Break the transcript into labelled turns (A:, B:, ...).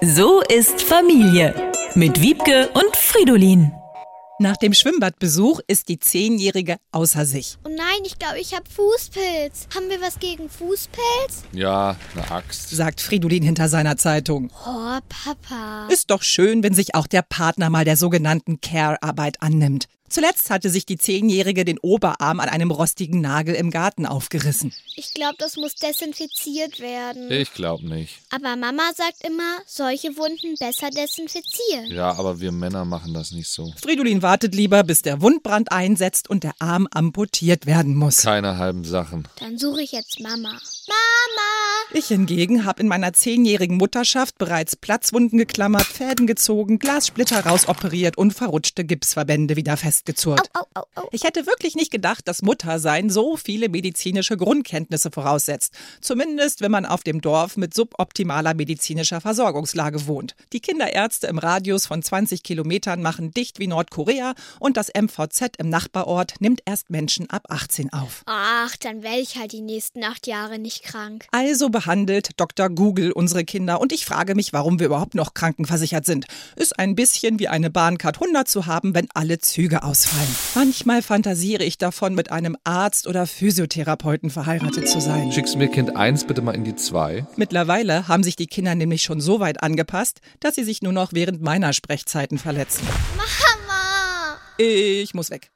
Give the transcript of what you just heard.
A: So ist Familie mit Wiebke und Fridolin.
B: Nach dem Schwimmbadbesuch ist die Zehnjährige außer sich.
C: Oh nein, ich glaube, ich habe Fußpilz. Haben wir was gegen Fußpilz?
D: Ja, eine Axt.
B: sagt Fridolin hinter seiner Zeitung.
C: Oh, Papa.
B: Ist doch schön, wenn sich auch der Partner mal der sogenannten Care-Arbeit annimmt. Zuletzt hatte sich die Zehnjährige den Oberarm an einem rostigen Nagel im Garten aufgerissen.
C: Ich glaube, das muss desinfiziert werden.
D: Ich glaube nicht.
C: Aber Mama sagt immer, solche Wunden besser desinfizieren.
D: Ja, aber wir Männer machen das nicht so.
B: Fridolin wartet lieber, bis der Wundbrand einsetzt und der Arm amputiert werden muss.
D: Keine halben Sachen.
C: Dann suche ich jetzt Mama. Mama!
B: Ich hingegen habe in meiner zehnjährigen Mutterschaft bereits Platzwunden geklammert, Fäden gezogen, Glassplitter rausoperiert und verrutschte Gipsverbände wieder festgezurrt.
C: Au, au, au, au.
B: Ich hätte wirklich nicht gedacht, dass Muttersein so viele medizinische Grundkenntnisse voraussetzt. Zumindest, wenn man auf dem Dorf mit suboptimaler medizinischer Versorgungslage wohnt. Die Kinderärzte im Radius von 20 Kilometern machen dicht wie Nordkorea und das MVZ im Nachbarort nimmt erst Menschen ab 18 auf.
C: Ach, dann werde ich halt die nächsten acht Jahre nicht krank.
B: Also behandelt Dr. Google unsere Kinder und ich frage mich, warum wir überhaupt noch krankenversichert sind. Ist ein bisschen wie eine Bahncard 100 zu haben, wenn alle Züge ausfallen. Manchmal fantasiere ich davon, mit einem Arzt oder Physiotherapeuten verheiratet zu sein.
D: Schickst mir Kind 1 bitte mal in die 2.
B: Mittlerweile haben sich die Kinder nämlich schon so weit angepasst, dass sie sich nur noch während meiner Sprechzeiten verletzen.
C: Mama!
B: Ich muss weg.